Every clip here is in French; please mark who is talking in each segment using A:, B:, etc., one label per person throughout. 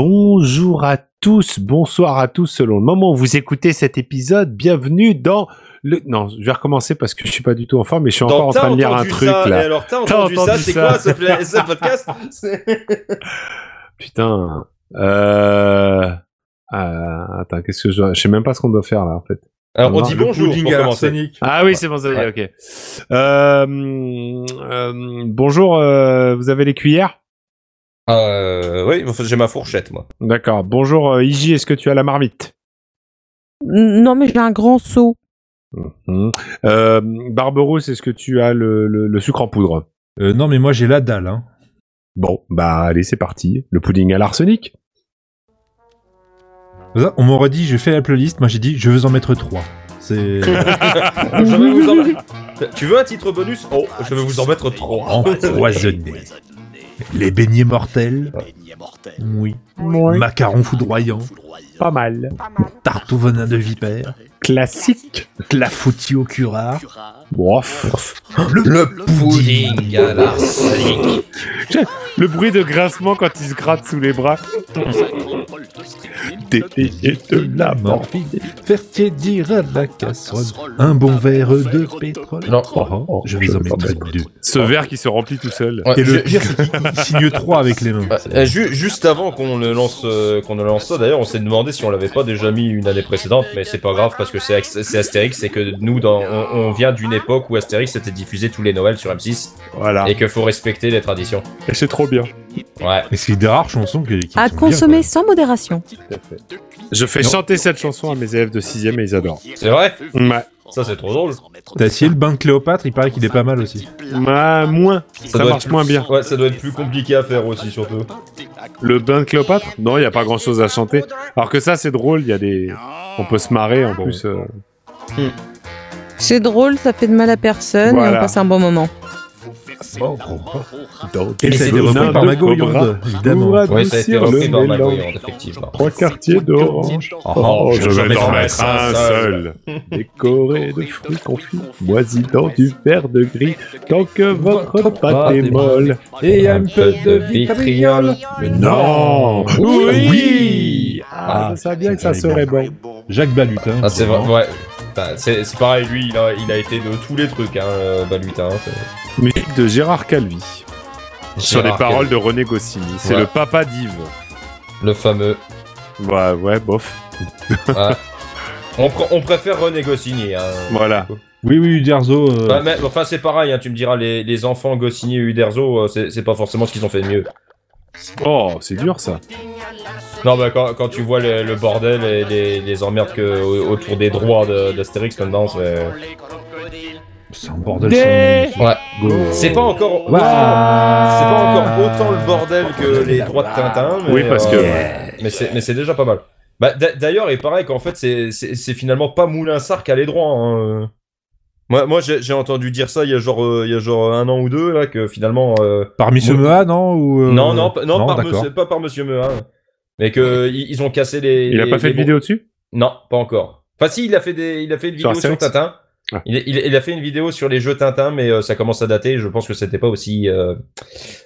A: Bonjour à tous, bonsoir à tous selon le moment où vous écoutez cet épisode. Bienvenue dans le. Non, je vais recommencer parce que je suis pas du tout en forme, mais je suis encore en train de lire un truc
B: ça,
A: là.
B: Et alors, t'as
A: T'as
B: entendu, ça
A: entendu
B: C'est
A: ça
B: quoi ce, pla- ce podcast C'est-
A: Putain. Euh... euh, Attends, qu'est-ce que je. dois- Je sais même pas ce qu'on doit faire là en fait.
B: Alors, on
A: Ah,
B: dit
C: Le
B: bonjour
C: pudding
B: pour
C: à
B: commencer.
C: l'arsenic.
A: Ah oui, c'est bon, ça y est, ok. Euh, hum, euh, bonjour, euh, vous avez les cuillères
B: Euh, oui, enfin, j'ai ma fourchette, moi.
A: D'accord. Bonjour, euh, Iji, est-ce que tu as la marmite
D: Non, mais j'ai un grand seau.
A: Mhm. Euh, Barberousse, est-ce que tu as le, le- le sucre en poudre
C: Euh, non, mais moi j'ai la dalle. Hein.
A: Bon, bah allez, c'est parti. Le pudding à l'arsenic
C: Ça, On m'aurait dit, j'ai fait la playlist, moi j'ai dit, je veux en mettre trois. C'est.
B: Ah, Je vais vous en- Tu veux un titre bonus Oh, je vais vous en mettre trois.
C: Empoisonné. Les beignets mortels. Oui. Macarons foudroyants.
A: Pas mal.
C: Tarte au venin de vipère.
A: Classique.
C: Clafoutis au curare.
A: Bof.
C: Le,
B: Pudding à l'arsenic.
A: Le bruit de grincement quand il se gratte sous les bras.
C: Et de la morphine. Faire tiédir à la casserole. Un bon verre de pétrole.
B: Non.
C: Oh, oh, je vais en mettre deux.
A: Ce verre qui se remplit tout seul.
B: Ouais,
C: Et le
B: je-
C: pire, c'est qu'il signe trois avec les mains.
B: Euh, ju- juste avant qu'on ne lance euh, qu'on ne lance ça, d'ailleurs, on s'est demandé si on l'avait pas déjà mis une année précédente, mais c'est pas grave parce que c'est Ax- c'est Astérix et que nous, dans, on, on vient d'une époque où Astérix était diffusé tous les Noëls sur M6
A: Voilà.
B: et que faut respecter les traditions.
A: Et c'est trop bien.
B: Ouais.
C: Et c'est des rares chansons que- qui.
D: À
C: sont bien,
D: consommer sans modération.
A: Je fais
C: Non.
A: chanter cette chanson à mes élèves de 6 et ils adorent.
B: C'est vrai
A: Ouais.
B: Ça, c'est trop drôle.
C: quoi. T'as essayé le bain de Cléopâtre, il paraît qu'il est pas mal aussi.
A: Bah, moins. Ça,
B: doit
A: marche
B: être-
A: moins bien.
B: Ouais, ça doit être plus compliqué à faire aussi, surtout.
A: Le bain de Cléopâtre Non, il n'y a pas grand chose à chanter. Alors que ça, c'est drôle, il y a des. On peut se marrer en plus. euh.
D: C'est drôle, ça fait de mal à personne et
A: Voilà.
D: on passe un bon moment.
C: Oh, oh, oh.
B: Et
C: Et
B: c'est
C: c'est
B: des
C: repris
A: nains
C: par
A: de
C: Mago
A: Cobra.
C: Yonde, évidemment.
A: Ou
B: Ouais, ça a été
A: adoucir
B: repris
A: le
B: par
A: mélange.
B: Magoyand, effectivement.
A: Trois quartiers d'orange.
B: Oh, je vais
A: t'en
B: en
A: mettre un seul. Décoré de fruits confits, moisi dans du verre de gris. Tant que votre pâte est molle.
C: Et
B: un peu de vitriol.
A: Non
B: Oui
A: Ah,
C: Ah,
A: ça bien que ça serait
C: j'avais
A: bon.
C: Jacques Balut, hein.
B: Ah, c'est vrai,
C: vraiment.
B: ouais. Bah, c'est c'est pareil, lui, il a, il a été de tous les trucs, hein, euh, Balutin. hein, c'est-
A: Musique de Gérard Calvi. Sur les
B: Gérard
A: paroles de René Goscinny. C'est
B: Ouais.
A: le papa d'Yves.
B: Calvi, Le fameux.
A: Ouais, ouais, bof.
B: On, pr- on préfère renégocier. Hein.
A: Voilà.
C: Oui, oui, Uderzo. euh,
B: Bah, mais- enfin, c'est pareil, hein, tu me diras, les, les enfants Goscinny et Uderzo, euh, c'est c'est pas forcément ce qu'ils ont fait de mieux.
A: Oh, c'est dur ça.
B: Non, bah, quand, quand tu vois le, le bordel et les, les emmerdes que, au- autour des droits de- d'Astérix là-dedans, c'est.
C: c'est un bordel
A: Des-
C: sans- sans-
B: Ouais.
C: Go.
B: C'est pas encore.
C: Waouh.
B: C'est pas encore autant le bordel que les droits de Tintin. Mais,
A: Oui, parce que-
B: euh, mais c'est mais c'est déjà pas mal. Bah, d'a- D'ailleurs, il paraît qu'en fait, c'est- c'est c'est finalement pas Moulin-Sarr qui a les droits. hein. Moi, moi j'ai j'ai entendu dire ça il y, a genre, euh, il y a genre un an ou deux, là, que finalement. euh,
C: Par Monsieur
B: Bon.
C: Mea, non ou, euh,
B: Non, non, pas- non, par
C: d'accord.
B: monsieur- pas par Monsieur Meun. Mais que ils ils ont cassé les.
A: Il a
B: les-
A: pas fait
B: les
A: de
B: bons-
A: vidéo dessus
B: Non, pas encore. Enfin, si, il a fait, des, il a fait une
A: Sur
B: vidéo sur
A: Astérix
B: Tintin.
A: Ah.
B: Il, il- il a fait une vidéo sur les jeux Tintin, mais euh, ça commence à dater. Je pense que c'était pas aussi euh,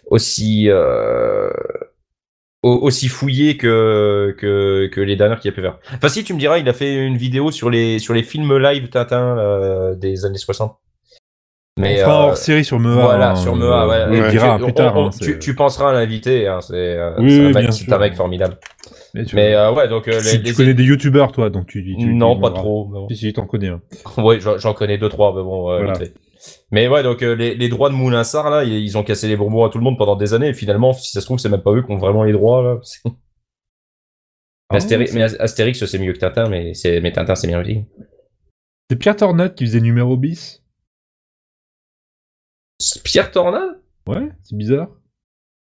B: aussi euh, au- aussi fouillé que, que que les dernières qu'il a pu faire. Enfin, si tu me diras, il a fait une vidéo sur les sur les films live Tintin euh, des années 60.
C: On
B: Mais
C: fera un
B: euh,
C: hors série sur Mea.
B: voilà,
C: hein,
B: sur
C: euh,
B: Mea, ouais.
C: On le
B: Tu-
C: dira
B: on-
C: plus tard.
B: on-
C: hein,
B: tu,
C: c'est-
B: tu penseras à l'invité. hein, c'est euh,
C: Oui,
B: c'est un
C: oui,
B: mec-
C: bien
B: c'est
C: sûr.
B: un mec formidable.
C: mais tu-
B: Mais euh, ouais, donc euh,
C: si
B: les-
C: tu
B: les-
C: connais des youtubeurs, toi, donc tu dis.
B: non, pas trop. non.
C: Si, si, t'en connais un.
B: Oui, j'en j'en connais deux, trois, mais bon, euh,
C: Voilà.
B: vite fait. Mais ouais, donc euh, les, les droits de Moulinsart, là, ils- ils ont cassé les bonbons à tout le monde pendant des années, et finalement, si ça se trouve, c'est même pas eux qui ont vraiment les droits, là.
C: Ah
B: Astéri- mais As- Astérix, c'est mieux que Tintin, mais, c'est- mais Tintin, c'est bien aussi.
C: C'est Pierre Tornat qui faisait numéro bis.
B: Pierre Tornade
C: Ouais, c'est bizarre.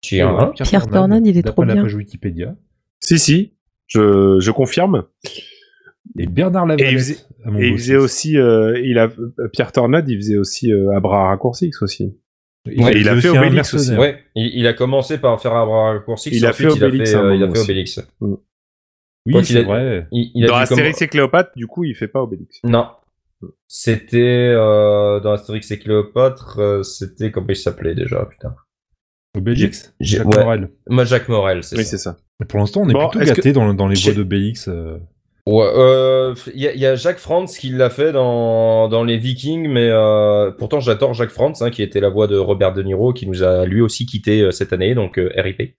B: Tiens,
C: Ouais,
B: hein.
D: Pierre Tornade, il est
C: d'après
D: trop
C: la
D: bien.
C: page Wikipédia.
A: Si, si. Je, je confirme.
C: Et Bernard
A: Et il
C: Lavalette.
A: faisait-
C: à mon
A: Et il
C: beau
A: faisait
C: sens.
A: aussi, euh, il a Pierre Tornade, il faisait aussi euh, Abra Raccourcix aussi.
B: Ouais,
A: il a
C: faisait
A: fait
C: aussi un
A: Obélix aussi. hein.
C: mercenaire.
B: hein Ouais, il, il a commencé par faire un bras raccourci,
A: Il a
B: ensuite,
A: fait Obélix hein, à
B: il a
A: un
B: fait, euh, il a
A: moment
B: fait
A: aussi.
B: Obélix.
C: Oui,
B: Quand il
C: c'est
B: a-
C: vrai.
B: Il, il a
A: Dans
B: dû comm-
A: Astérix et Cléopâtre, du coup, il fait pas Obélix.
B: Non. C'était euh, dans Astérix et Cléopâtre, euh, c'était comment il s'appelait déjà, putain.
C: Obélix
B: j'ai-
C: Jacques
B: ouais.
C: Morel.
B: Moi, Jacques Morel, c'est
A: Oui,
B: ça.
A: c'est ça.
C: Et pour l'instant, on est
A: Bon,
C: plutôt
A: est-ce
C: gâté dans, le- dans les
B: J'ai-
C: voix d'Obélix. euh.
B: Ouais, euh, il y, a- il y a Jacques Franz qui l'a fait dans, dans les Vikings, mais euh, pourtant j'adore Jacques Franz, hein, qui était la voix de Robert De Niro, qui nous a lui aussi quitté euh, cette année, donc euh, RIP.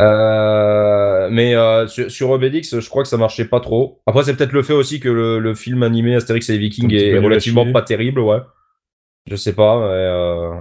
B: Euh, mais euh, sur, sur Obélix, je crois que ça marchait pas trop. Après, c'est peut-être le fait aussi que le, le film animé Astérix et les
C: Un
B: Vikings
C: petit peu
B: est
C: nul à
B: relativement
C: chier.
B: pas terrible, ouais. Je sais pas, mais, euh,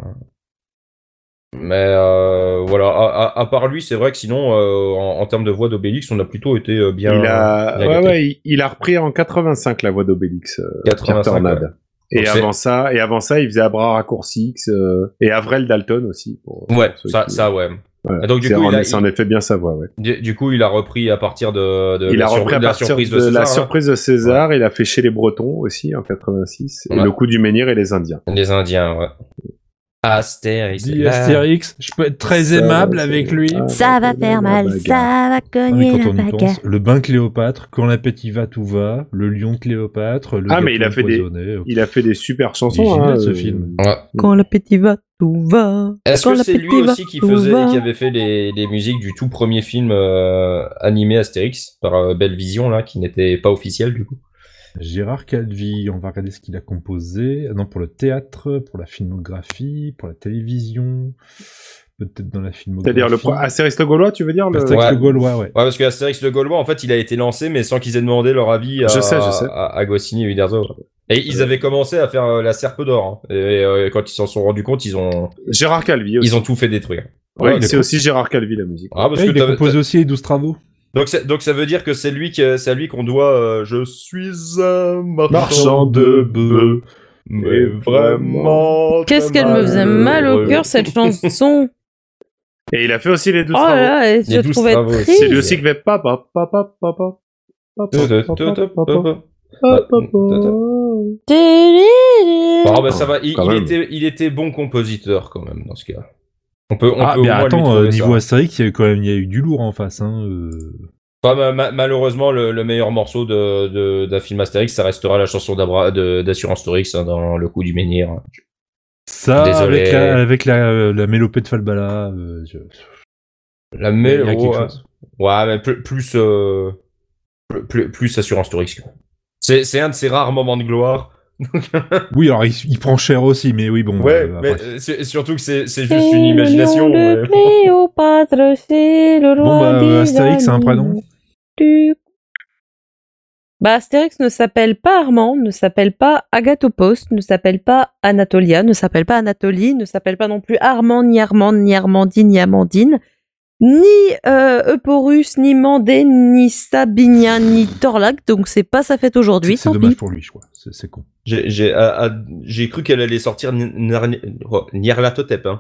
B: mais, euh, voilà. À, à- à part lui, c'est vrai que sinon, euh, en, en termes de voix d'Obélix, on a plutôt été euh, bien.
A: Il a,
B: bien
A: ouais,
B: gâtés.
A: ouais, il, il a repris en 85 la voix d'Obélix, euh, Pierre
B: 85,
A: Tornade.
B: ouais.
A: Et
B: Donc c'est-
A: avant ça, et avant ça, il faisait Abra Raccourci X, euh, et Avril Dalton aussi. pour- pour
B: Ouais,
A: ceux
B: ça,
A: qui-
B: ça ouais.
A: voilà.
B: Et donc, du
A: C'est
B: coup,
A: en-
B: il a-
A: ça en effet bien sa voix. Ouais.
B: Du, du coup, il a repris à partir de, de
A: il
B: Euh, la,
A: a
B: sur-
A: repris à
B: de la
A: partir
B: surprise
A: de,
B: de, César,
A: la
B: hein.
A: surprise de César. Il a fait chez les Bretons aussi en 86.
B: Ouais.
A: Et le coup du menhir et les Indiens.
B: Les Indiens, ouais. Astérix.
E: Dis
B: là.
E: Astérix, je peux être très
A: Ça,
E: aimable
A: c'est-
E: avec lui.
A: Ah,
F: Ça va
A: la
F: faire mal,
A: bagarre.
F: ça va
C: Ah, mais
F: cogner
C: quand
F: la
C: on y
F: bagarre.
C: pense, le bain Cléopâtre, quand l'appétit va, tout va, le lion de Cléopâtre, le
A: Ah, mais il a
C: gâteau
A: fait des-
C: empoisonné, ok.
A: Il a fait des super
C: Il est
A: chansons.
C: génial,
A: hein,
C: ce
A: euh,
C: film.
B: Ouais.
D: Quand l'appétit va, tout va.
B: Est-ce
D: Quand
B: que c'est lui
D: l'appétit va,
B: aussi qui
D: tout
B: faisait,
D: va.
B: qui avait fait les, les musiques du tout premier film euh, animé Astérix par euh, Belle Vision là, qui n'était pas officiel du coup.
C: Gérard Calvi, on va regarder ce qu'il a composé. Ah Non, pour le théâtre, pour la filmographie, pour la télévision, peut-être dans la filmographie.
A: C'est-à-dire le pro- Astérix le Gaulois, tu veux dire le...
C: Astérix
B: Ouais.
C: le Gaulois, ouais.
B: Ouais, parce que Astérix le Gaulois, en fait, il a été lancé, mais sans qu'ils aient demandé leur avis à,
A: Je sais, je sais.
B: à, à Goscinny et Uderzo. Et ils avaient commencé à faire euh, la Serpe d'Or. hein. Et euh, quand ils s'en sont rendus compte, ils ont,
A: Gérard Calvi. Aussi.
B: ils ont tout fait détruire.
A: Ouais,
C: Ouais, il est
A: c'est aussi Gérard Calvi la musique.
B: Ah, parce
C: Ouais,
B: que
C: il a
B: t'avais-
C: composé aussi les 12 travaux.
B: Donc, c'est- donc ça veut dire que c'est lui que c'est à lui qu'on doit. euh, je suis un marchand,
A: Marchand de bœufs.
B: mais vraiment.
D: Qu'est-ce
B: très
D: qu'elle me faisait mal au
B: malheureux.
D: cœur cette chanson.
A: Et il a fait aussi les douze
D: Oh
A: travaux.
D: là, là,
B: Les
D: je
B: douze
D: trouvais
B: travaux aussi.
A: C'est
D: triste.
A: lui aussi qui fait papa papa papa.
B: Bon, bah, ça va. Il,
A: Quand
B: il
A: même.
B: était, il était bon compositeur quand même dans ce cas. On peut, on
C: ah,
B: peut au
C: mais
B: moins lui
C: attends,
B: trouver
C: euh, niveau
B: ça.
C: Astérix, il y a eu quand même il y a eu du lourd en face. Hein, euh.
B: Enfin, ma- ma- malheureusement, le, le meilleur morceau de, de- d'un film Astérix, ça restera la chanson d'Abra- de- d'Assurance Torix hein, dans Le coup du menhir.
C: Ça,
B: Désolé.
C: avec la, avec la, la mélopée de Falbala. euh, je-
B: La
C: il y a
B: meilleure.
C: quelque
B: ouais.
C: chose.
B: Ouais, mais plus plus, euh, plus- plus plus assurance touriste. C'est c'est un de ces rares moments de gloire.
C: Oui, alors il, il prend cher aussi, mais oui, bon.
B: ouais,
C: euh, après.
B: mais euh, c'est- surtout que c'est c'est
D: C'est
B: juste une
D: le
B: imagination.
D: lion de
B: mais-
D: Cléopâtre, c'est le
C: Bon,
D: roi
C: bah, euh,
D: des
C: Astérix, c'est un
D: animaux.
C: prénom
D: Tu- Bah, Astérix ne s'appelle pas Armand, ne s'appelle pas Agathopost, ne s'appelle pas Anatolia, ne s'appelle pas Anatolie, ne s'appelle pas non plus Armand, ni Armande, ni Armandine, ni Amandine, ni euh, Euporus, ni Mandé, ni Sabinia, ni Torlac, donc c'est pas sa fête aujourd'hui,
C: C'est- c'est
D: tant
C: dommage
D: pis.
C: pour lui, je crois. C'est c'est con.
B: J'ai j'ai à- à- j'ai cru qu'elle allait sortir Nir- Nar- oh, Nyarlathotep. Hein.